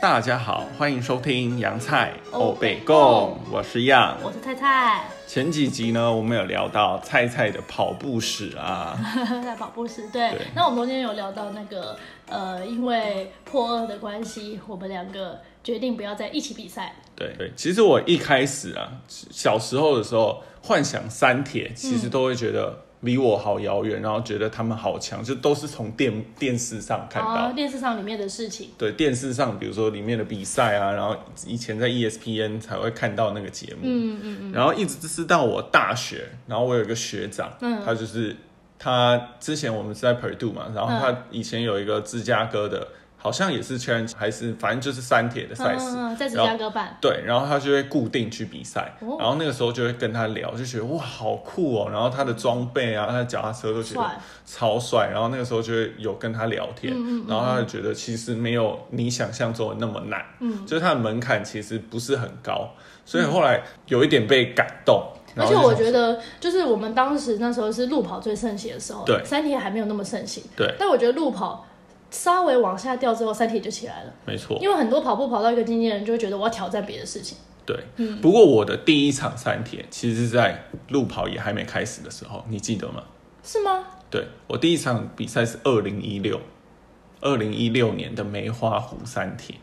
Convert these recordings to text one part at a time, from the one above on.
大家好，欢迎收听洋菜欧欧北北共共，我是样。我是菜菜， 前几集呢，我们有聊到菜菜的跑步史啊，在跑步时对。对那我们中间有聊到那个呃，因为破二的关系，我们两个决定不要在一起比赛。对对。其实我一开始啊，小时候的时候幻想三铁，其实都会觉得离我好遥远，然后觉得他们好强，就都是从电电视上看然到后。电视上里面的事情，对电视上，比如说里面的比赛啊，然后以前在 ESPN 才会看到那个节目，嗯嗯嗯，然后一直是到我大学，然后我有一个学长，嗯，他就是他之前我们是在 Purdue 嘛，然后嗯他以前有一个芝加哥的，好像也是 challenge 还是反正就是三铁的赛事，嗯嗯嗯，在芝然后加哥办，对，然后他就会固定去比赛，哦然后那个时候就会跟他聊，就觉得哇好酷哦，然后他的装备啊，他的脚踏车都觉得帅嗯超帅，然后那个时候就会有跟他聊天，然后他就觉得其实没有你想象中的那么难，嗯，就是他的门槛其实不是很高，所以后来有一点被感动，嗯而然且后就我想觉得，就是我们当时那时候是路跑最盛行的时候，对三铁还没有那么盛行，对，但我觉得路跑稍微往下掉之后，三铁就起来了，没错，因为很多跑步跑到一个经纪人就会觉得我要挑战别的事情，对，嗯不过我的第一场三铁其实是在路跑也还没开始的时候，你记得吗？是吗？对我第一场比赛是二零一六，二零一六年的梅花湖三铁。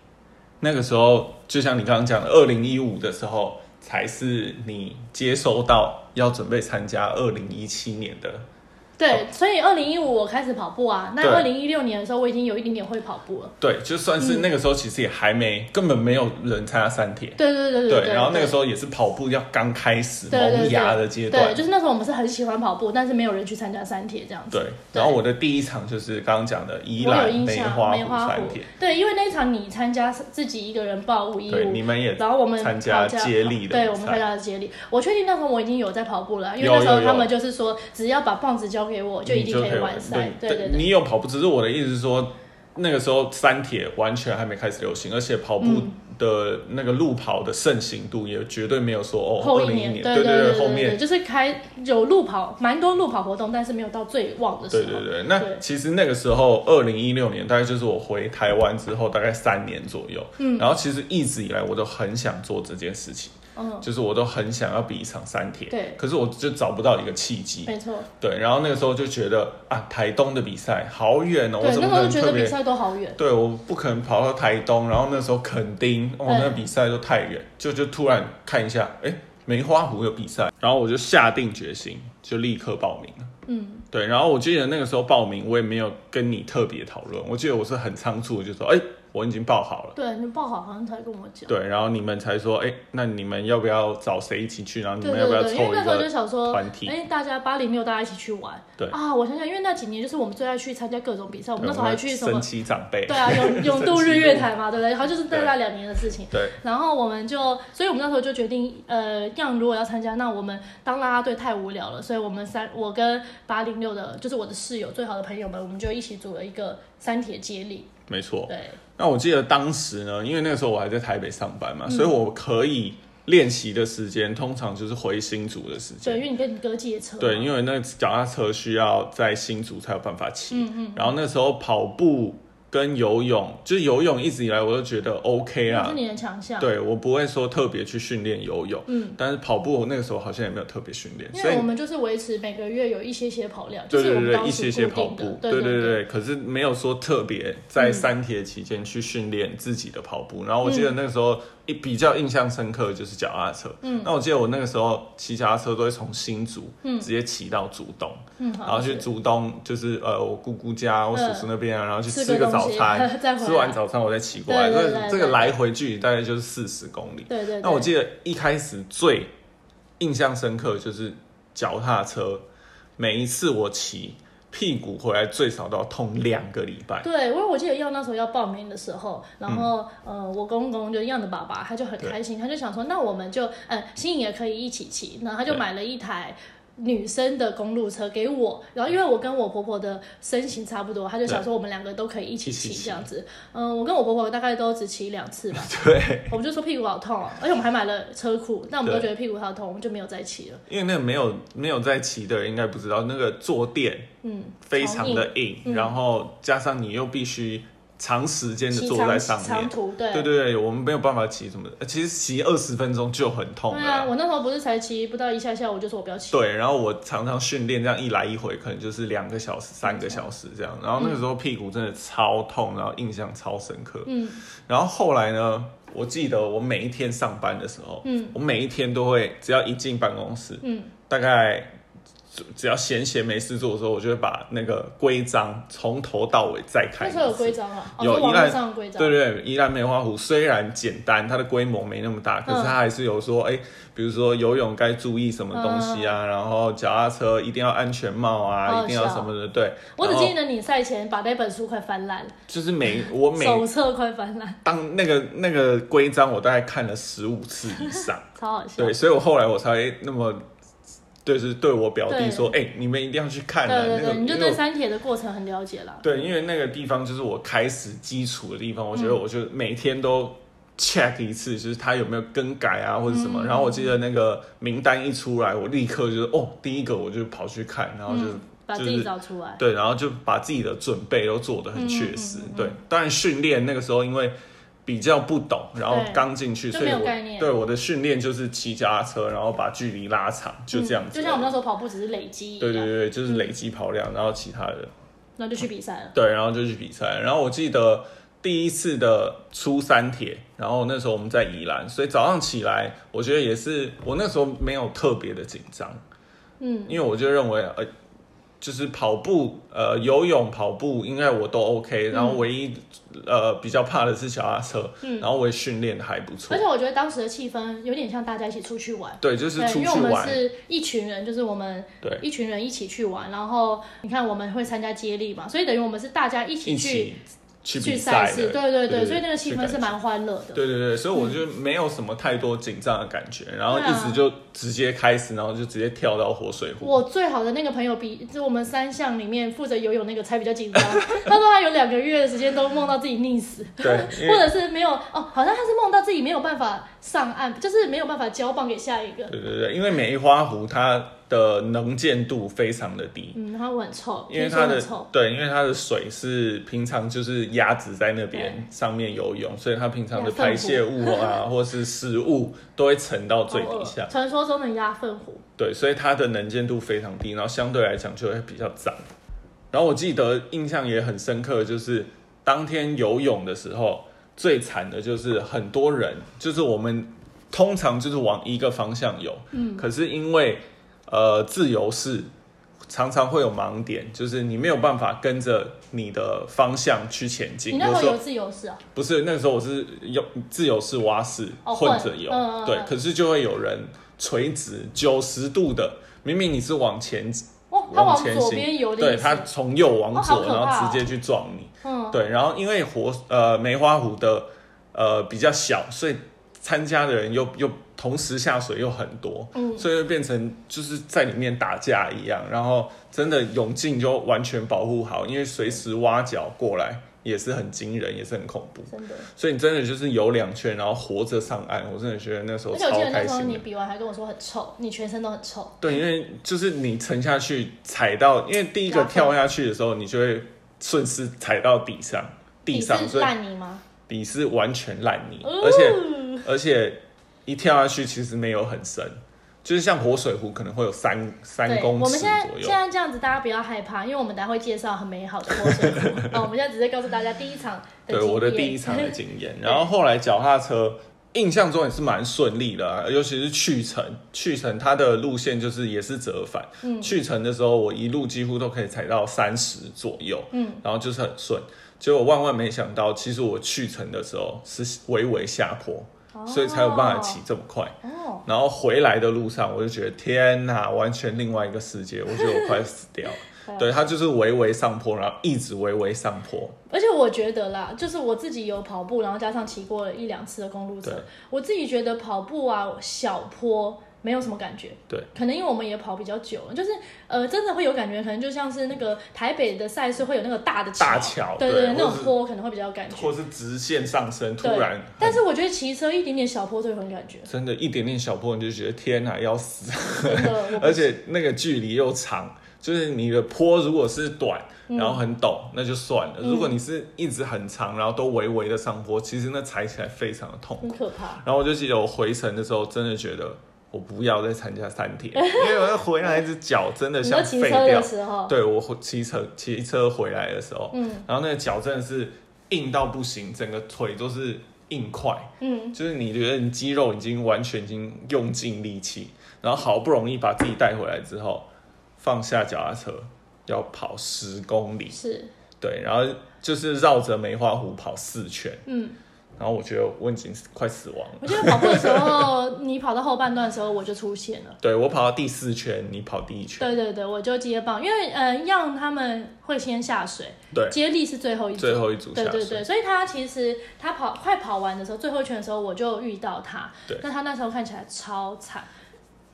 那个时候，就像你刚刚讲的，二零一五的时候才是你接收到要准备参加二零一七年的。对，所以二零一五我开始跑步啊，那二哦对零一六年的时候我已经有一点点会跑步了。对，就算是那个时候，其实也还没、根本没有人参加三铁。对对对对。然后那个时候也是跑步要刚开始对对萌对芽的阶对，段。就是那时候我们是很喜欢跑步，但是没有人去参加三铁这样子。对，然后我的第一场就是刚刚讲的宜我有兰印梅象，花梅湖花湖三铁。。对，因为那一场你参加自己一个人报五一对，你五，们也然后我们参加跑架接力的对，比我们赛参加了接力。我确定那时候我已经有在跑步了，因为有那时候有有他们就是说，只要把棒子交给我，就一定可以完赛。对对对。你有跑步，只是我的意思是说，那个时候三铁完全还没开始流行，而且跑步嗯的那个路跑的盛行度也绝对没有说哦，后二一零一年，对对对，对后对，面。就是开有路跑，蛮多路跑活动，但是没有到最旺的时对候。对对，那对其实那个时候，二零一六年大概就是我回台湾之后，大概三年左右。嗯，然后其实一直以来我都很想做这件事情，嗯，就是我都很想要比一场三铁，对可是我就找不到一个契机。没错。对，然后那个时候就觉得啊，台东的比赛好远哦，我对，怎那么时候可能就觉特得比别赛都好远。对，我不可能跑到台东，然后那时候垦丁，哦，对那比赛都太远，就就突然看一下，哎，梅花湖有比赛，然后我就下定决心，就立刻报名了。嗯，对，然后我记得那个时候报名，我也没有跟你特别讨论，我记得我是很仓促，就说，哎，我已经报好了。对，你报好好像才跟我讲。对，然后你们才说，哎，那你们要不要找谁一起去？然后你对们要不对要对，因为凑那一时候就个？想说，团体哎，大家八零六大家一起去玩。对啊，我想想，因为那几年就是我们最爱去参加各种比赛，我们那时候还去什神么？奇长辈？对啊，永永渡日月神奇潭嘛，对不对？然后就是大概两年的事情。对，然后我们就，所以我们那时候就决定，呃，样如果要参加，那我们当啦啦队太无聊了，所以我们三，我跟八零六的，就是我的室友最好的朋友们，我们就一起组了一个三铁接力。没错。对，那我记得当时呢，因为那个时候我还在台北上班嗯嘛，所以我可以练习的时间通常就是回新竹的时对，间。因为你跟你哥借车嘛。对，因为那脚踏车需要在新竹才有办法骑。嗯嗯。然后那时候跑步跟游泳，就是游泳一直以来我都觉得 OK 那啦是。你的强项。对，我不会说特别去训练游泳，嗯，但是跑步我那个时候好像也没有特别训练，因所以为我们就是维持每个月有一些些跑量，对就是对我们对当对，一时些些跑固定步的，对对嗯对对，对可是没有说特别在三铁期间去训练自己的跑步。然后我记嗯得那个时候一比较印象深刻的就是脚踏车，嗯，那我记得我那个时候骑脚踏车都会从新竹，嗯，直接骑到竹东，嗯，好然后去竹东就是呃我姑姑家、我叔叔那边啊，然后去嗯吃吃个个东早西餐， 再回吃来完早餐我再骑过来，对对对这对这个对来回距离大概就是四十公里。对对对。那我记得一开始最印象深刻就是脚踏车，每一次我骑屁股回来最少都要痛两个礼拜。对，因为我记得要那时候要报名的时候，嗯然后、呃，我公公就样的爸爸，他就很开心，他就想说，那我们就呃，新颖也可以一起骑，然后他就对买了一台。女生的公路车给我，然后因为我跟我婆婆的身形差不多，他就想说我们两个都可以一起一起骑骑这样子。嗯，我跟我婆婆大概都只骑两次吧， 对，我们就说屁股好痛、哦，而且我们还买了车库，但我们都对觉得屁股好痛，我们就没有再骑了。因为那个没有没有在骑的人应该不知道，那个坐垫嗯，非常的硬，然后加上你又必须长时间的骑坐长在上长面。途，对对对对，我们没有办法骑什么的，呃其实骑二十分钟就很痛对了啊，啦。我那时候不是才骑不到一下下，我就说我不要骑。对，然后我常常训练这样一来一回，可能就是两个小时、三个小时这样。然后那个时候屁股真的超痛，然后印象超深刻。嗯然后后来呢，我记得我每一天上班的时候，嗯我每一天都会，只要一进办公室，嗯，大概只只要闲闲没事做的时候，我就会把那个规章从头到尾再看那一时候有规次。章啊，哦，有是网依赖络上的规章。对对对，宜兰梅花湖虽然简单，它的规模没那么大，嗯可是它还是有说，哎、比如说游泳该注意什么东西啊，然后脚踏车一定要安全帽啊，嗯哦一定要是哦什么的，对。我只然后记得你赛前把那本书快翻烂，就是 每我每手册快翻烂，当那个那个规章，我大概看了十五次以 上。超好笑。对，所以我后来我才哎那么，就是对我表弟说，哎、你们一定要去看啊，对对那对，个你就因为对我删帖的过程很了解啦。对，因为那个地方就是我开始基础的地方，我觉得嗯我就每天都 check 一次，就是他有没有更改啊或者什嗯么。然后我记得那个名单一出来，我立刻就是哦，第一个我就跑去看，然后就。嗯，把就自是己找出来。对，然后就把自己的准备都做嗯得很确实。对，当然训练那个时候因为比较不懂，然后对刚进去，就所以没有我概念对我的训练就是骑脚踏车，然后把距离拉长，就这样嗯子。就像我们那嗯时候跑步只是累积一对对样，对对，就是累积跑量，然后其他的那就去比赛了。对，然后就去比赛。然后我记得第一次的初三铁，然后那时候我们在宜兰，所以早上起来，我觉得也是我那时候没有特别的紧张，嗯，因为我就认为呃，就是跑步、呃游泳、跑步应该我都 OK，然后唯一、呃比较怕的是脚踏车，嗯然后我也训练的还不错而，且我觉得当时的气氛有点像大家一起出去玩。对，就是对，出因为我去们玩，是一群人，就是我们对一群人一起去玩，然后你看我们会参加接力嘛，所以等于我们是大家一一起去起去去比赛的事，对对对，所以那个去气氛感是受蛮欢乐的。对对对，所以我就没有什么太多紧张的感觉，然后对啊一直就直接开始，然后就直接跳到活水湖。我最好的那个朋友比，就我们三项里面负责游泳那个才比较紧张。 他说他有两个月的时间都梦到自己溺死，对，因或为者是没有哦，好像他是梦到自己没有办法上岸，就是没有办法交棒给下一个。对对对，因为梅花湖它的能见度非常的低，嗯，他很臭，因为听说它很的臭，对，因为它的水是平常就是鸭子在那边上面游泳，所以它平常的鸭粪排泄物 啊或是食物都会沉到最好底恶下，传说中的压粪湖，对，所以它的能见度非常低，然后相对来讲就会比较脏。然后我记得印象也很深刻，就是当天游泳的时候，最惨的就是很多人，就是我们通常就是往一个方向游，嗯，可是因为呃自由式常常会有盲点，就是你没有办法跟着你的方向去前进，你那有时时候候有自由式啊？不是那个时候我是游自由式蛙式哦混着游，混嗯嗯嗯对，可是就会有人垂直九十度的，明明你是往前哦，他往前左边游行，的对意思他从右往哦好左，可怕哦然后直接去撞你，嗯，对，然后因为活呃梅花湖的呃比较小，所以参加的人又又同时下水又很多，嗯所以就变成就是在里面打架一样，然后真的泳镜就完全保护好，因为随时挖角过来也是很惊人，也是很恐怖。真的。所以你真的就是游两圈，然后活着上岸，我真的觉得那时候而且超我记得那开时候心你的。比完还跟我说很臭，你全身都很臭。对，因为就是你沉下去踩到，因为第一个然后跳下去的时候，你就会顺势踩到底上，地你上，是所以烂泥吗？底是完全烂泥，哦而且而且一跳下去其实没有很深，就是像活水湖可能会有三三对，公我们尺现在左现右。在这样子，大家不要害怕，因为我们等下会介绍很美好的活水湖。 啊，我们现在只是告诉大家第一场的对经验。我的第一场的经验，然后后来脚踏车印象中也是蛮顺利的、啊，尤其是去程，去程它的路线就是也是折返，嗯去程的时候我一路几乎都可以踩到三十左右，嗯，然后就是很顺，结果万万没想到，其实我去程的时候是微微下坡，所以才有办法骑这么快。哦，然后回来的路上，我就觉得天哪，完全另外一个世界，我觉得我快死掉 啊了。对，它就是微微上坡，然后一直微微上坡。而且我觉得啦，就是我自己有跑步，然后加上骑过了一两次的公路车对，我自己觉得跑步啊，小坡没有什么感觉。对，可能因为我们也跑比较久了，就是呃，真的会有感觉，可能就像是那个台北的赛事会有那个大的大桥对对对，那种或是坡可能会比较有感觉或。是直线上升，突对然很，但是我觉得骑车一点点小坡就有很感觉，真的，一点点小坡你就觉得天哪、要死，真的。我不而且那个距离又长，就是你的坡如果是短，嗯然后很陡，那就算了；如果你是一直很长，然后都微微的上坡，其实那踩起来非常的痛很可怕。然后我就记得我回程的时候，真的觉得我不要再参加三铁， 因为我回来这脚真的你像说骑废车掉的。时候，对我回骑车骑车回来的时候，哦嗯然后那个脚真的是硬到不行，整个腿都是硬块，嗯，就是你觉得你肌肉已经完全已经用尽力气，然后好不容易把自己带回来之后，放下脚踏车要跑十公里，是，对，然后就是绕着梅花湖跑四圈，嗯，然后我觉得我已经快死亡了。我觉得跑步的时候，你跑到后半段的时候，我就出现了。对我跑到第四圈，你跑第一圈，对对对，我就接棒，因为呃，让他们会先下水，对，接力是最后一组最后一组下对水，对对，所以他其实他跑快跑完的时候，最后一圈的时候我就遇到他对，那他那时候看起来超惨，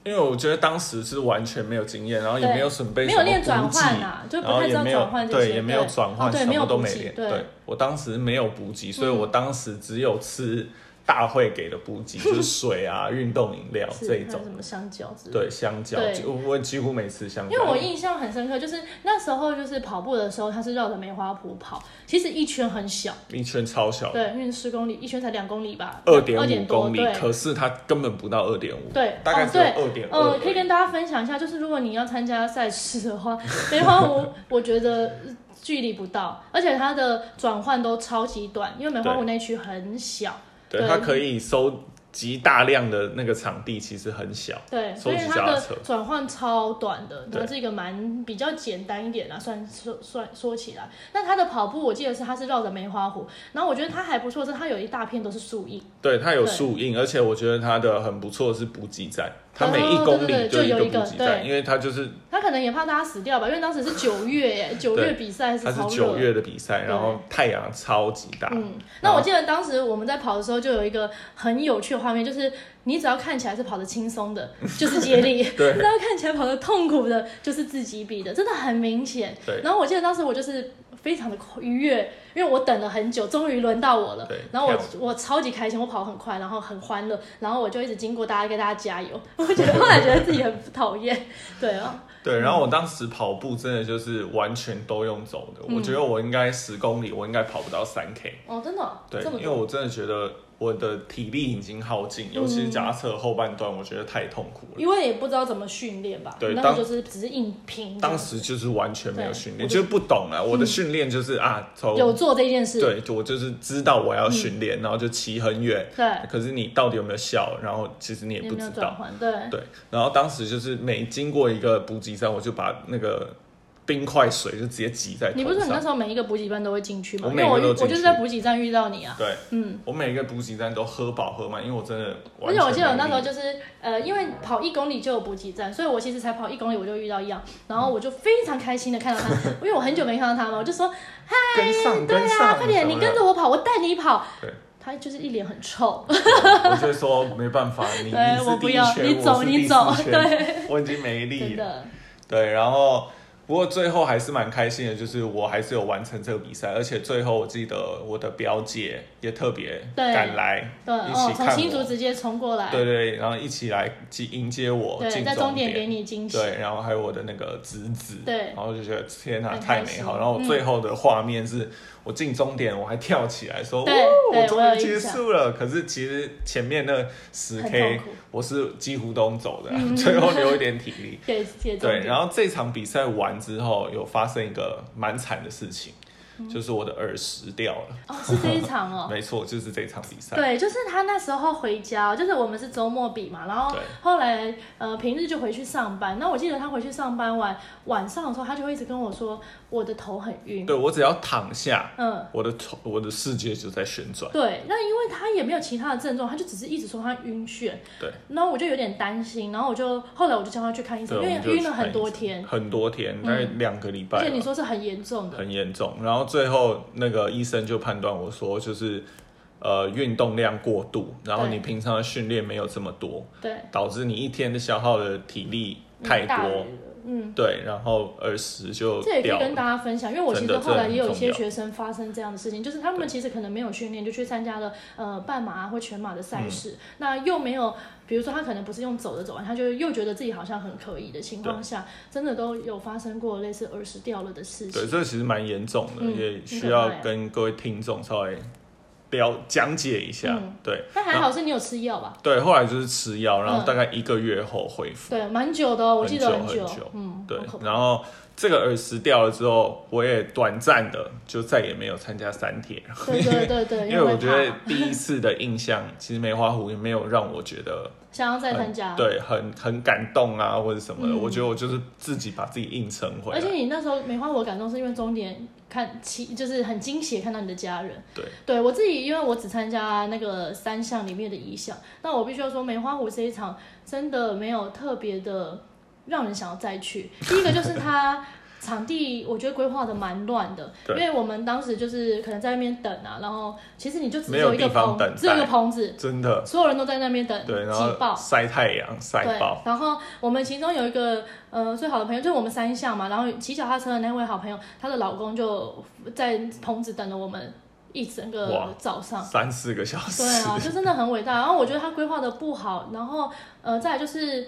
因为我觉得当时是完全没有经验，然后也对没有准备没什有么练转补给换啊，就不然后太知也道没有转换这对，些，也没有转换，哦对，什没有么都补没给练。对，嗯我当时没有补给，所以我当时只有吃大会给的补 给，就是水啊、运动饮料是这一还有种什。么香蕉之类的。对，香蕉，对就我几乎每次香蕉。因为我印象很深刻，就是那时候就是跑步的时候，他是绕着梅花圃跑，其实一圈很小，一圈超小，对，因为十公里一圈才两公里吧，二点2.5五公里对，可是它根本不到二点五，对，大概哦只有对，二点嗯，可以二。跟大家分享一下，就是如果你要参加赛事的话， 梅花湖我觉得呃距离不到，而且它的转换都超级短，因为梅花湖那区很小，对，对它可以收集大量的那个场地，其实很小。对，收所以集它脚踏的车转换超短的，对它是一个蛮比较简单一点啦，算说算说起来，那它的跑步我记得是它是绕着梅花湖，然后我觉得它还不错，是它有一大片都是树荫，对，它有对树荫，而且我觉得它的很不错的是补给站，它每一哦公里对对对一就有一补个给站，对因为它就是它可能也怕大家死掉吧，因为当时是九月耶，九月比赛它是超热九的。月的比赛，对然后太阳超级大，嗯，啊然那后我记得当时我们在跑的时候，就有一个很有趣的画面，就是你只要看起来是跑得轻松 的，就是接力；对只要看起来跑得痛苦的，就是自己比的，真的很明显。对然后我记得当时我就是非常的愉悦，因为我等了很久，终于轮到我了对。然后我跳我超级开心，我跑很快，然后很欢乐，然后我就一直经过大家，跟大家加油。 我觉得后来觉得自己很讨厌，对啊，对。然后我当时跑步真的就是完全都用走嗯的，我觉得我应该十公里我应该跑不到三 K，哦，真的哦，对，这么因为多，嗯我真的觉得我的体力已经耗尽，尤其是加车后半段，我觉得太痛苦了。因为也不知道怎么训练吧，对那当时候就是只是硬拼这样。当时就是完全没有训练，对就不懂啊。嗯我的训练就是啊，从有做这件事，对，就我就是知道我要训练，然后就骑很远。嗯对，可是你到底有没有效？然后其实你也你不有没知有转道。换？对，对，然后当时就是每经过一个补给站，我就把那个冰块水就直接挤在头你不是说你那上。时候每一个补给站都会进去吗？啊我因每为个我都遇我进就是去在补给站遇到你啊。对，嗯，我每个补给站都喝饱喝满，因为我真的而完且全。我记得我那时候就是呃，因为跑一公里就有补给站，所以我其实才跑一公里我就遇到一样，然后我就非常开心的看 到他，因为我很久没看到他嘛，我就说跟上对跟啊，上，快点，你跟着我跑，我带你跑。对，他就是一脸很臭，我就说没办法，你 对你我是不第一要圈，你我走是你第四走圈对，我已经没力真了。的，对，然后不过最后还是蛮开心的，就是我还是有完成这个比赛，而且最后我记得我的表姐也特别对赶来，对，一哦起，从看新竹我，直接冲过来，对对，然后一起来迎迎接我对，进在终终点给你惊喜，对，然后还有我的那个侄子，对然后就觉得天哪、很太开美心嗯好。然后我最后的画面是、我进终点，我还跳起来说，对哦对我我终有于印结象束了。可是其实前面那十很痛 K 苦嗯我是几乎都走的，最后留一点体力。给给终对，点，然后这场比赛完之后，有发生一个蛮惨的事情，就是我的耳石掉了。哦，是这一场嗯哦，没错，就是这场比赛。对，就是他那时候回家，就是我们是周末比嘛，然后对后来呃平日就回去上班。那我记得他回去上班晚晚上的时候，他就会一直跟我说我的头很晕。对我只要躺下，嗯，我的头，我的世界就在旋转。对。那因为他也没有其他的症状，他就只是一直说他晕眩。对。然后我就有点担心，然后我就后来我就叫他去看医对，生，我因为们就晕了去很看多医生天，嗯很多天，大概两个礼拜而吧，且你说是很严重的。很严重。然后最后那个医生就判断我说，就是呃运动量过度，然后对你平常的训练没有这么多，对，导致你一天的消耗的体力太大于多，了嗯。对，然后耳石就这也可以掉跟了。大家分享，因为我其真实的后来也有一这些很重学生发生这样的事情，就是他们其实可能没有训练，就去参加了呃半马啊或全马的赛事，嗯那又没有，比如说他可能不是用走的走完，他就又觉得自己好像很可以的情况下，真的都有发生过类似耳石掉了的事对，情。这其实蛮严重的，嗯也需很可要怕耶跟各位听众稍微了讲解一下。嗯对但还好是你有吃药吧？对，后来就是吃药，然后嗯大概一个月后恢复。对，蛮久的哦、我记得很久久，很久嗯，对好可，怕然后这个耳石掉了之后，我也短暂的就再也没有参加三铁了，对对对 对，因为我会觉得怕第一次的印象，其实梅花湖也没有让我觉得想要再很参加，对，很很感动啊或者什么的。啊嗯我觉得我就是自己把自己硬撑回而且来。你那时候梅花我感动是因为终点看起，就是很惊喜地看到你的家人。对，对我自己，因为我只参加那个三项里面的一项，那我必须要说梅花湖这一场真的没有特别的让人想要再 去。第一个就是它场地，我觉得规划的蛮乱的，因对为我们当时就是可能在那边等啊，然后其实你就只没有一个地方棚，等只有一个待棚子，真的，所有人都在那边等，对，然挤爆后。晒太阳晒对爆，，然后我们其中有一个呃最好的朋友，就是我们三项嘛，然后骑脚踏车的那位好朋友，她的老公就在棚子等了我们一整哇个早上。三四个小时嗯对。 啊，就真的很伟大。然后我觉得他规划的不好，然后呃，再来就是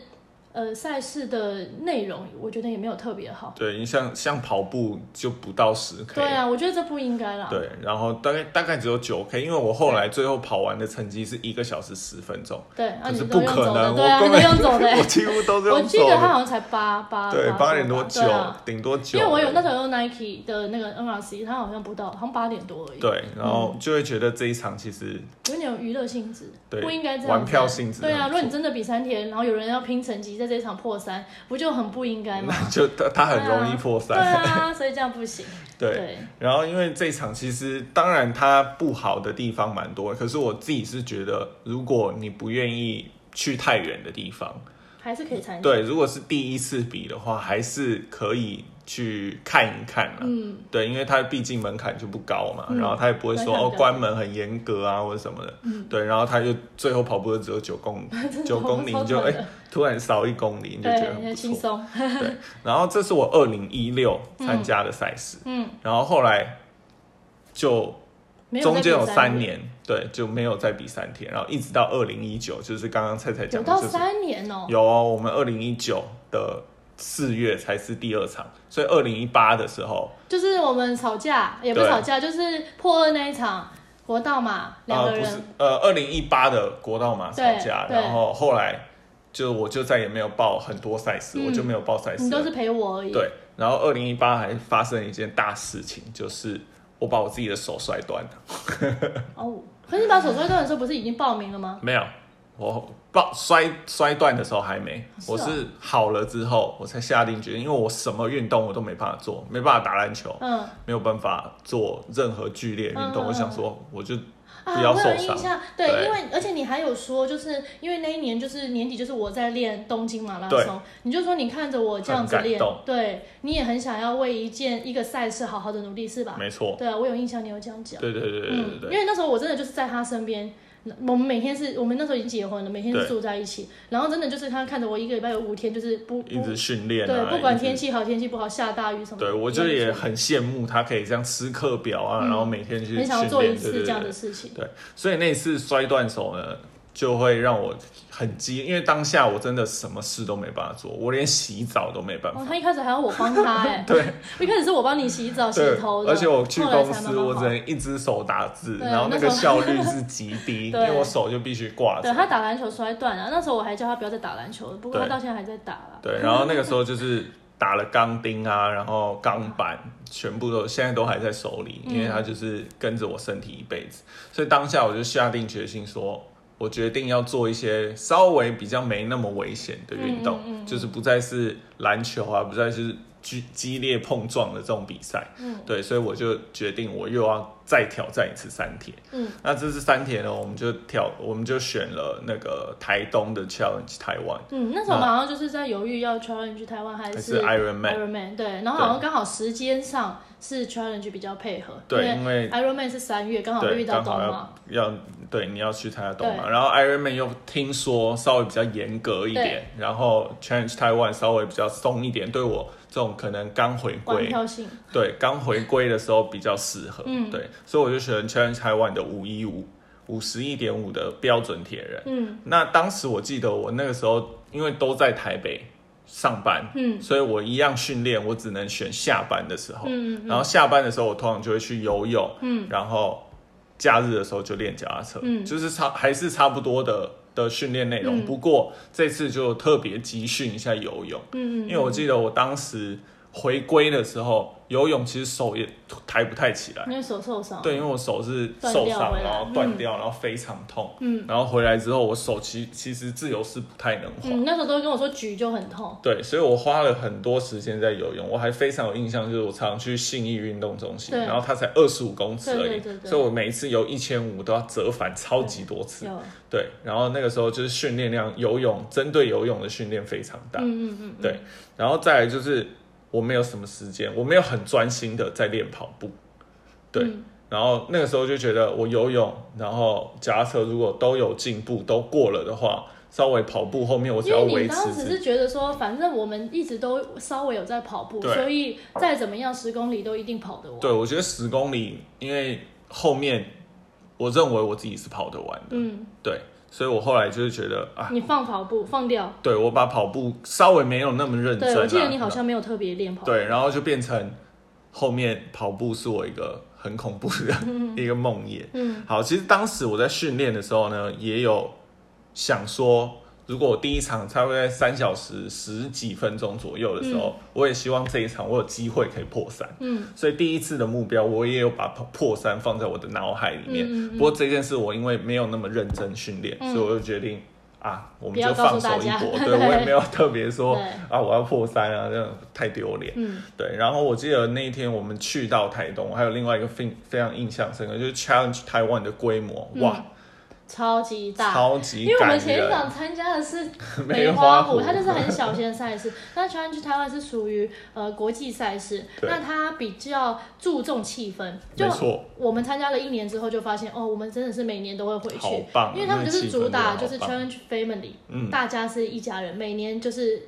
呃赛事的内容，我觉得也没有特别好。对，你像像跑步就不到十 K，对啊，我觉得这不应该啦。对，然后大概大概只有九 K，因为我后来最后跑完的成绩是一个小时十分钟，对，啊，可你是都不用可走的，能，对啊，我你根都本。用走的 我几乎都是我用记走得他的，好像才八八，对，八八点多九对啊，顶多九，因为我有那时候用 Nike 的那个 NRC，它好像不到，好像八点多而已，对，然后嗯就会觉得这一场其实有点娱乐性质，对不应该这样子。玩票性质对啊，很如果你真的比三天，然后有人要拼成绩，在这一场破三，不就很不 应该吗？那就他他很容易破对三，啊，所以这样不行。 对。然后因为这一场其实当然它不好的地方蛮多，可是我自己是觉得，如果你不愿意去太远的地方，还是可以参加。对，如果是第一次比的话，还是可以去看一看啊。嗯，对，因为它毕竟门槛就不高嘛，嗯然后他也不会说门槛哦比较关门很严格啊或者什么的。嗯对，然后他就最后跑步就只有九 公九公里，你就哎、对突然少一公里，你就觉得 对，很就不轻错。松。对，然后这是我二零一六参加的赛事，嗯，然后后来就没有中在间有比三三，年，对，就没有再比三天，然后一直到二零一九，就是刚刚菜菜有讲的，到就是三年哦。有哦，我们二零一九的四月才是第二场，所以二零一八的时候，就是我们吵架，也不是吵架，就是破二那一场国道嘛，两呃，个不是人。呃，二零一八的国道马吵架，对对然后后来就我就再也没有报很多赛事，嗯我就没有报赛事你都了。是陪我而已。对，然后二零一八还发生了一件大事情，就是我把我自己的手摔断了。哦，可是你把手摔断的时候，不是已经报名了吗？没有，我报摔摔断的时候还没，是哦我是好了之后我才下定决心，因为我什么运动我都没办法做，没办法打篮球，嗯，没有办法做任何剧烈运动。嗯嗯我想嗯说，我就啊，不要我受有印伤象，对，对因为而且你还有说，就是因为那一年就是年底，就是我在练东京马拉对松，你就说你看着我这样子很感练动，对，你也很想要为一件一个赛事好好的努力，是吧？没错，对啊，我有印象，你有这样讲。对对对对对对嗯，因为那时候我真的就是在他身边，我们每天是我们那时候已经结婚了，每天对是住在一起，然后真的就是他看着我一个礼拜有五天，就是不一不直训练对，啊，不管一直天气好天气不好，下大雨什么的，对，我就一样也是很羡慕他可以这样吃课表啊，嗯然后每天去很想要训做一练，次对这对样对的。事情，对，所以那次摔断手呢，就会让我很激，因为当下我真的什么事都没办法做，我连洗澡都没办法。哦，他一开始还要我 帮他哎、对一开始是我帮你洗澡、洗对头，的，而且我去后来公才慢司，慢我只好能一只手打字，对啊然后那个时效率是极低，因 对为我手就必须挂对着。他打篮球摔断了，那时候我还叫他不要再打篮球了，不过他对到现在还在打了。对，然后那个时候就是打了钢钉啊，然后钢板，全部都现在都还在手里，因为它就是跟着我身体一辈子。所以当下我就下定决心说，我决定要做一些稍微比较没那么危险的运动，嗯嗯嗯嗯就是不再是篮球啊，不再是激激烈碰撞的这种比赛。嗯，对，所以我就决定我又要再挑战一次三铁。嗯，那这次三铁呢，我们就挑，我们就选了那个台东的 Challenge 台湾，嗯，那时候我们好像就是在犹豫要 challenge 台湾还还是是 Iron Man。 Iron Man，对，然后好像刚好时间上是 challenge 比较配合，对，因因为为 Iron Man 是三月，刚好对，遇到刚冬好嘛要，要对你要去参加东马，对然后 Iron Man 又听说稍微比较严格一点，然后 Change Taiwan 稍微比较松一点，对我这种可能刚回关归，票性，对刚回归的时候比较适合，嗯对，所以我就选 Change Taiwan 的五一五五十一点五的标准铁人。嗯那当时我记得我那个时候因为都在台北上班，嗯所以我一样训练，我只能选下班的时候。嗯然后下班的时候，我通常就会去游泳，嗯，然后假日的时候就练脚踏车，嗯就是差还是差不多的的训练内容。嗯不过这次就特别集训一下游泳，嗯因为我记得我当时回归的时候，游泳其实手也抬不太起来，因为手受伤，对，因为我手是受伤，断掉回来然后断掉，然后非常痛，嗯然后回来之后，我手其其实自由式不太能滑，嗯，那时候都会跟我说举就很痛，对，所以我花了很多时间在游泳，我还非常有印象，就是我常常去信义运动中心，对然后它才二十五公尺而已，对对对对所以我每一次游一千五都要折返超级多次，有，对，然后那个时候就是训练量，游泳针对游泳的训练非常大，嗯嗯嗯，嗯，对，然后再来就是我没有什么时间，我没有很专心的在练跑步，对，嗯然后那个时候就觉得我游泳，然后脚踏车如果都有进步都过了的话，稍微跑步后面我只要因为维你持当自时己是觉得说，反正我们一直都稍微有在跑步，对所以再怎么样十公里都一定跑得完。对，我觉得十公里，因为后面我认为我自己是跑得完的，嗯，对，所以我后来就是觉得啊，你放跑步放掉。对我把跑步稍微没有那么认真、对，啊，我记得你好像没有特别练跑。，对，然后就变成后面跑步是我一个很恐怖 的一个梦魇。嗯，好，其实当时我在训练的时候呢，也有想说，如果我第一场差不多在三小时十几分钟左右的时候，我也希望这一场我有机会可以破三。嗯，所以第一次的目标，我也有把破破三放在我的脑海里面。嗯嗯嗯不过这件事我因为没有那么认真训练，嗯所以我就决定。啊，我不们要就告放诉手大一家搏， 对对我也没有特别说对啊，我要破三啊，这样太丢脸。嗯对，然后我记得那一天我们去到台东，还有另外一个非非常印象深刻，就是 Challenge 台湾的规模，哇，超级嗯大。超级因为我感们前一人。场参加 的是梅花花湖它就是很小型的赛事。但 Challenge 台湾是属于呃国际赛事，对那它比较注重气氛。就没错，我们参加了一年之后，就发现哦，我们真的是每年都会回好去，棒啊，因为他们就是那气氛主打真的就好棒是 Challenge Family，嗯大家是一家人，每年就是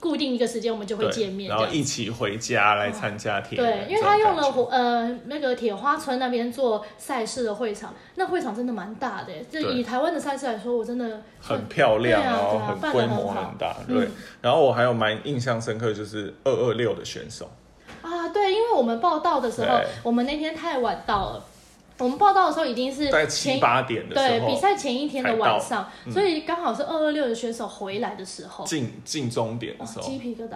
固定一个时间我们就会对见面，这然样后一起回家来参加铁人、对，因为他用这了种感觉火呃那个铁花村那边做赛事的会场，那会场真的蛮大的耶，就对以台湾的赛事来说，我真的很漂亮，对啊然后对啊很办得规很模好很大，嗯对。然后我还有蛮印象深刻，就是二二六的选手，啊，对，因为我们报道的时候对，我们那天太晚到了，我们报道的时候已经是在前七八点的时对比候赛前一天的才晚到嗯上，所以刚好是二二六的选手回来的时候，进进终点哇的时候鸡，皮疙瘩，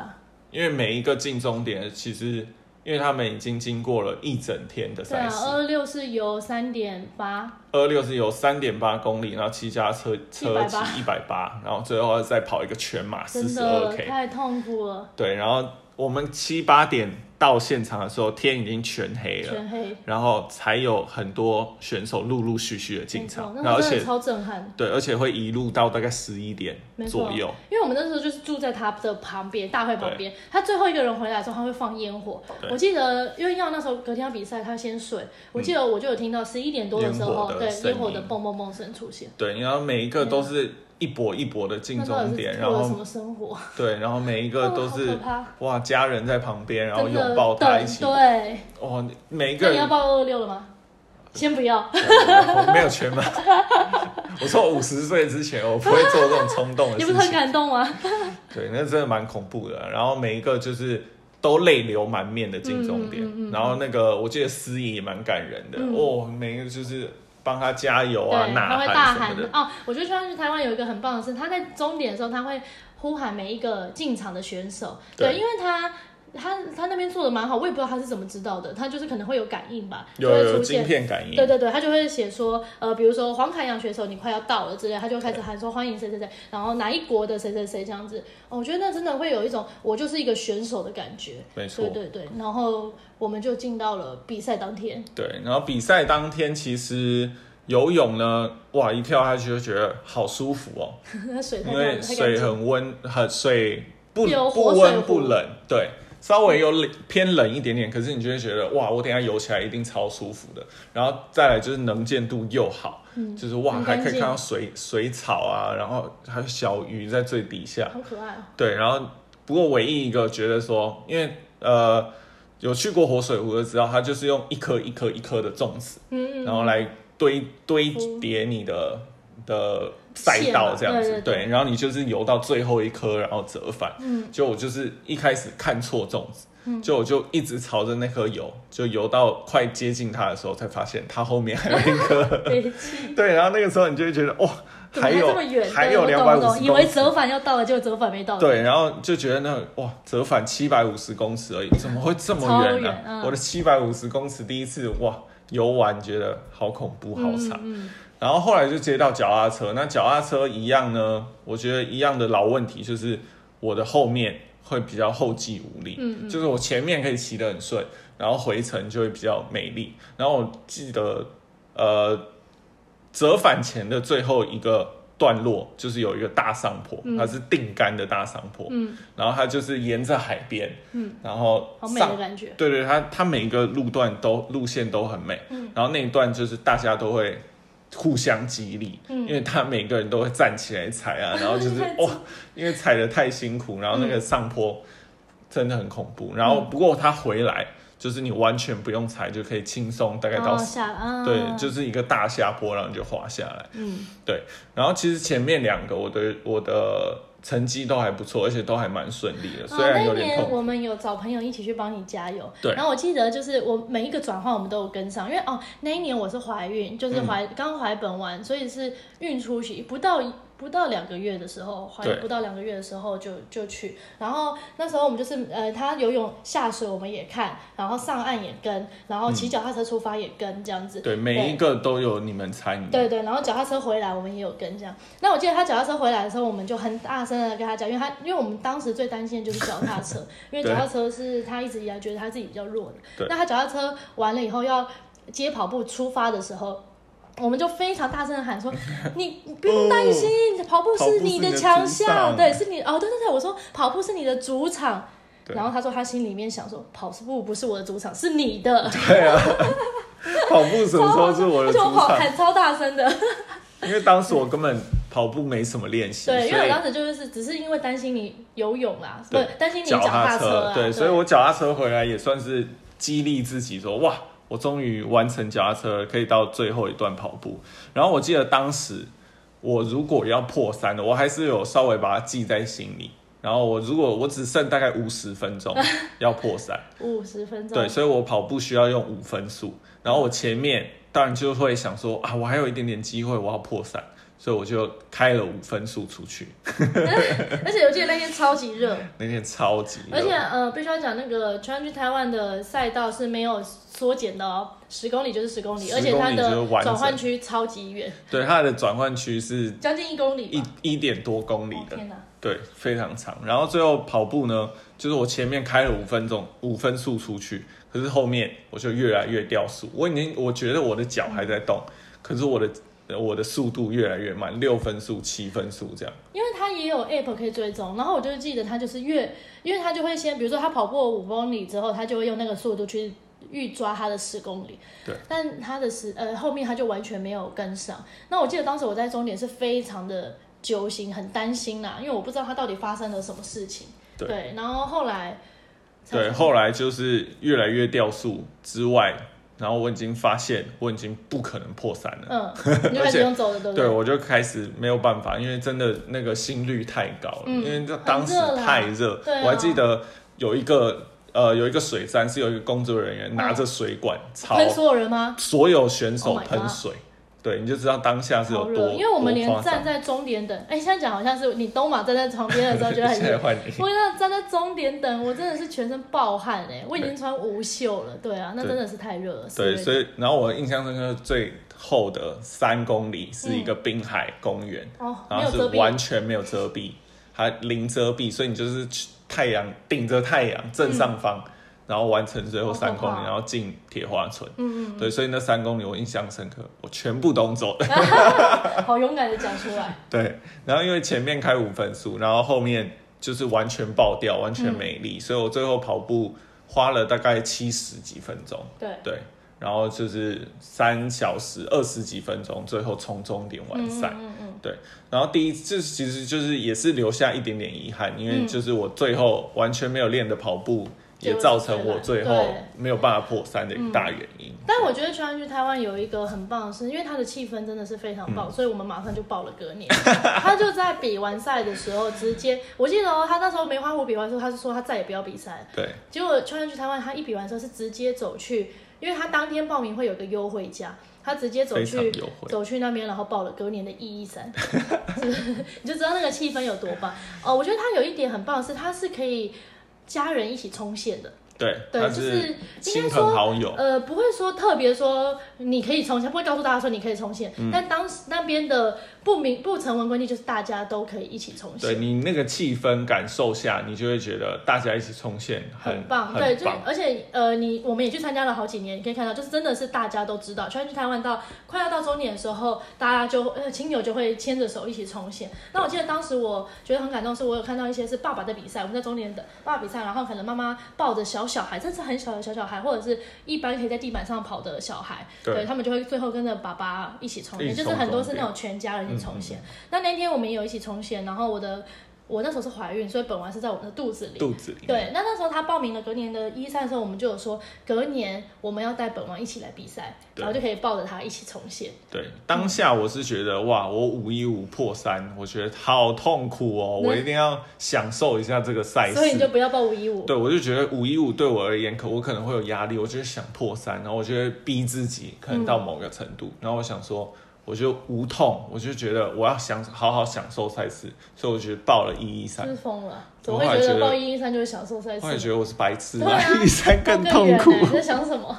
因为每一个进终点其实。因为他们已经经过了一整天的对赛啊，事，二二六是由三点八，二六是有三点八公里，然后七加车车180骑一百八，然后最后再跑一个全马四真十二的 K。太痛苦了，对，然后我们七八点到现场的时候，天已经全黑了，全黑，然后才有很多选手陆陆续续的进没错场，，然那后而个真且的超震撼。对，而且会一路到大概十一点左右。因为我们那时候就是住在他的旁边，大会旁边。他最后一个人回来的时候，他会放烟火。对嗯我记得，因为要那时候隔天要比赛，他先睡。我记得我就有听到十一点多的时烟候哦火，的对声音烟火的蹦蹦蹦声出现。对，然后每一个都是一波一波的进那到终底点，是然过了什后么生活？对，然后每一个都哦好是可怕哇，家人在旁边，然后真拥的抱他等一起，对，哇，每一那个你要人报二六了吗？先不要，我没有全满。 我说五十岁之前，我不会做这种冲动的你事不是很情。感动吗？对，那真的蛮恐怖的。啊然后每一个就是都泪流满面的进终嗯点，然后那个我记得司仪也蛮感人的、哦，每一个就是帮他加油啊、对，他呐会大喊喊什么的。哦。我觉得川去台湾有一个很棒的是，他在终点的时候，他会呼喊每一个进场的选手。对对，因为他他他那边做的蛮好，我也不知道他是怎么知道的，他就是可能会有感应吧，有就会有出晶现。片感应，对对对，他就会写说，呃，比如说黄凯阳选手你快要到了之类，他就开始喊说欢迎谁谁谁，然后哪一国的谁谁谁这样子。哦，我觉得那真的会有一种我就是一个选手的感觉。没对错。对对，然后我们就进到了比赛当天， 对，然后比赛当天其实游泳呢，哇，一跳下去就觉得好舒服哦，水太因干为太干水净了。很温，很水不有不活水温壶不冷，对，稍微有冷偏冷一点点，可是你就会觉得哇，我等一下游起来一定超舒服的。然后再来就是能见度又好，就是哇嗯很还干可以看净到水水草啊，然后还有小鱼在最底下，好可爱哦、对，然后不过唯一一个觉得说，因为呃有去过活水湖的知道，它就是用一颗一颗一颗的粽子，嗯嗯，然后来堆堆叠你的的赛道这样线子嘛，对对然后你就是游到最后一颗，然后折返。嗯，就我就是一开始看错粽子，就我就一直朝着那颗游，就游到快接近它的时候，才发现它后面还有一 颗。 北极对，然后那个时候你就会觉得哇，怎么还有这么远？还对有我懂两百我五懂十以为折返要到了，结果折返没到。，对，然后就觉得那个哇，折返七百五十公尺而已，怎么会这么远呢、超远嗯我的七百五十公尺第一次哇游完，觉得好恐怖，好惨。嗯然后后来就接到脚踏车，那脚踏车一样呢，我觉得一样的老问题就是我的后面会比较后继无力，嗯就是我前面可以骑得很顺，然后回程就会比较美丽。然后我记得呃折返前的最后一个段落，就是有一个大上坡，它是定杆的大上坡，嗯然后它就是沿着海边，嗯，然后好美上的感觉。对对，它它每一个路段都路线都很美，嗯然后那一段就是大家都会互相激励，嗯因为他每个人都会站起来踩 啊，然后就是太哇、因为踩的太辛苦，然后那个上坡真的很恐怖，嗯然后不过他回来就是你完全不用踩就可以轻松，大概然到、后下啊，对，就是一个大下坡，然后你就滑下来。嗯然后其实前面两个我的我的成绩都还不错，而且都还蛮顺利的，啊虽然有那点年痛。我们有找朋友一起去帮你加油，对然后我记得就是我每一个转换我们都有跟上，因为哦那一年我是怀孕，就是嗯怀、刚怀本完，所以是孕初期，不到不到两个月的时候，怀对不到两个月的时候就就去，然后那时候我们就是呃他游泳下水我们也看，然后上岸也跟，然后骑脚踏车出发也跟这样子，嗯对，每一个都有你们参与。对对，然后脚踏车回来，我们也有跟这样。那我记得他脚踏车回来的时候，我们就很大声的跟他讲，因为他因为我们当时最担心的就是脚踏车， 因为脚踏车是他一直以来觉得他自己比较弱的对。那他脚踏车完了以后要接跑步出发的时候。我们就非常大声的喊说：“你你不用担心，跑步跑步是是你你的的强主项，场对，是你哦，对对对，我说跑步是你的主场。”对然后他说他心里面想说：“跑步不是我的主场，是你的。对啊，跑步什么时候是我”而的且主我 跑场？喊超大声的，因为当时我根本跑步没什么练习，所对，因为我以当时就是只是因为担心你游泳啦，不对担心你脚踏啊踏啦，对，所以我脚踏车回来也算是激励自己说，哇，我终于完成脚踏车了，可以到最后一段跑步。然后我记得当时我如果要破三的，我还是有稍微把它记在心里。然后我如果我只剩大概五十分钟要破三，五十分钟，对，所以我跑步需要用五分速，然后我前面当然就会想说啊，我还有一点点机会，我要破三，所以我就开了五分速出去。而且我记得那天超级 热，那天超级热，而且呃，必须要讲那个川去台湾的赛道是没有缩减的哦，十公里就是十公里， 10而且它公里就是的完整转换区超级远，对它的转换区是将近一公里一吧。一点多公里哦的，天哪！对，非常长。然后最后跑步呢，就是我前面开了五分钟五分速出去，可是后面我就越来越掉速，我已经我觉得我的脚还在动，嗯可是我的我的速度越来越慢，六分速七分速这样。因为他也有 app 可以追踪，然后我就记得他就是越，因为他就会先，比如说他跑过五公里之后，他就会用那个速度去预抓他的十公里。对。但他的十呃后面他就完全没有跟上。那我记得当时我在终点是非常的揪心，很担心啊啦，因为我不知道他到底发生了什么事情。对然后后来才对，后来就是越来越掉速之外，然后我已经发现我已经不可能破三了。 嗯，你就开始用走的，对不对，我就开始没有办法，因为真的那个心率太高了，嗯因为这当时很热啦太热。对啊我还记得有一个呃有一个水站是有一个工作人员拿着水管朝喷所有人吗？所有选 Oh 手 my 喷 god 水，对，你就知道当下是有好多热，因为我们连多夸张站在终点等，哎，现在讲好像是你东马站在旁边的时候觉得很 现在热，换你， 我那站在终点等，我真的是全身暴汗哎、我已经穿无袖了，对啊，那对真的是太热了。对，所以以然后我印象深刻最后的三公里是一个滨海公园，嗯哦，没然后有遮是蔽，完全没有遮蔽，还零遮蔽，所以你就是去太阳顶着太阳正上方，然后完成最后三公嗯好可里，怕然后进铁花村。嗯嗯对，所以那三公里我印象深刻，我全部都走 了。好勇敢的讲出来，对，然后因为前面开五分速，然后后面就是完全爆掉，完嗯全没力，所以我最后跑步花了大概七十几分钟。对，对，然后就是三小时二十几分钟，最后冲终点完赛。嗯嗯对，然后第一次其实就是也是留下一点点遗憾，因为嗯就是我最后完全没有练的跑步，结也果造是成我最最烂后对嗯没有办法破三的一个大原因。但我觉得川去台湾有一个很棒的是，因为它的气氛真的是非常棒，嗯所以我们马上就报了隔年。 他就在比完赛的时候直接，我记得哦，他那时候梅花湖比完之后，他是说他再也不要比赛了。对结果川去台湾，他一比完之后是直接走去，因为他当天报名会有个优惠价，他直接走非常去优惠走去那边，然后报了隔年的一一 三，是不是你就知道那个气氛有多棒哦。我觉得他有一点很棒的是，他是可以家人一起冲线的，对，对，他就是应亲该朋说好友，呃，不会说特别说你可以冲线，不会告诉大家说你可以冲嗯线，但当时那边的不明不成文规定就是大家都可以一起冲对线，你那个气氛感受下，你就会觉得大家一起冲线很很棒，对，很就是棒。而且呃，你我们也去参加了好几年，你可以看到，就是真的是大家都知道，全去台湾到快要到终点的时候，大家就呃亲友就会牵着手一起冲线。那我记得当时我觉得很感动，是我有看到一些是爸爸的比赛，我们在终点等爸爸比赛，然后可能妈妈抱着小小孩，甚至很小的小小孩，或者是一般可以在地板上跑的小孩，对他们就会最后跟着爸爸一起冲一线，起就冲嗯是很多是终那点种全家人一起冲线。那那天我们也有一起冲线，然后我的。我那时候是怀孕，所以本丸是在我们的肚子里。肚子里面对，那那时候他报名了隔年的一三的时候，我们就有说隔年我们要带本王一起来比赛，对然后就可以抱着他一起重现。对，当下我是觉得哇，我五一五破三，我觉得好痛苦哦，那我一定要享受一下这个赛事。所以你就不要报五一五。对，我就觉得五一五对我而言，可我可能会有压力，我就是想破三，然后我就会逼自己，可能到某个程嗯度，然后我想说，我就无痛，我就觉得我要享好好享受赛事，所以我觉得报了一一三是，疯了，怎我么后来会觉觉得得报一一三就是享受赛事我也？觉得我是白痴对嘛，啊 一三报更痛苦。远欸你在想 什么？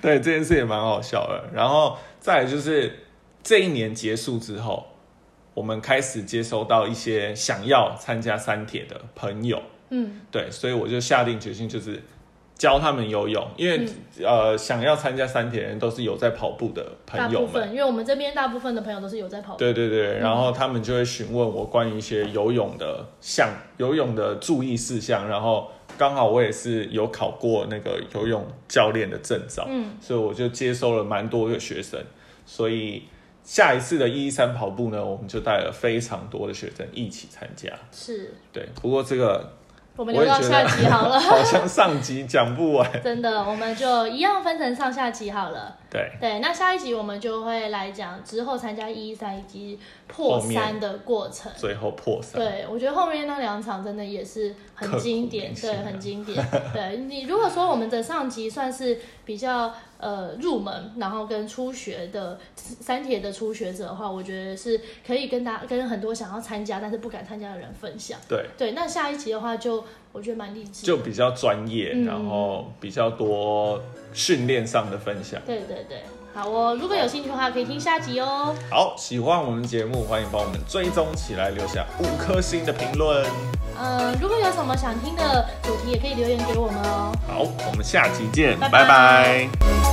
对，这件事也蛮好笑的。然后再来就是这一年结束之后，我们开始接收到一些想要参加三铁的朋友，嗯，对，所以我就下定决心就是教他们游泳，因为、嗯呃想要参加三铁的人都是有在跑步的大朋友部们。分，因为我们这边大部分的朋友都是有在跑步。对对嗯对，然后他们就会询问我关于一些游泳的项、游泳的注意事项，然后刚好我也是有考过那个游泳教练的证照，嗯，所以我就接收了蛮多个学生，所以下一次的一一三跑步呢，我们就带了非常多的学生一起参加。是对，不过这个我我们留也到觉下得集好 了，好像上集讲不完。真的，我们就一样分成上下集好了。对，对，那下一集我们就会来讲之后参加一一三以及破后面三的过程。最后破三。对，我觉得后面那两场真的也是很经典，刻骨铭心对，啊很经 典。对你如果说我们的上集算是比较呃入门，然后跟初学的三铁的初学者的话，我觉得是可以跟大跟很多想要参加但是不敢参加的人分享。对对，那下一集的话就我觉得蛮励志的。就比较专业，嗯然后比较多训练上的分享。对对对，好哦，如果有兴趣的话可以听下集哦。好，喜欢我们节目，欢迎帮我们追踪起来，留下五颗星的评论。嗯、如果有什么想听的主题，也可以留言给我们哦。好，我们下期见，拜拜拜拜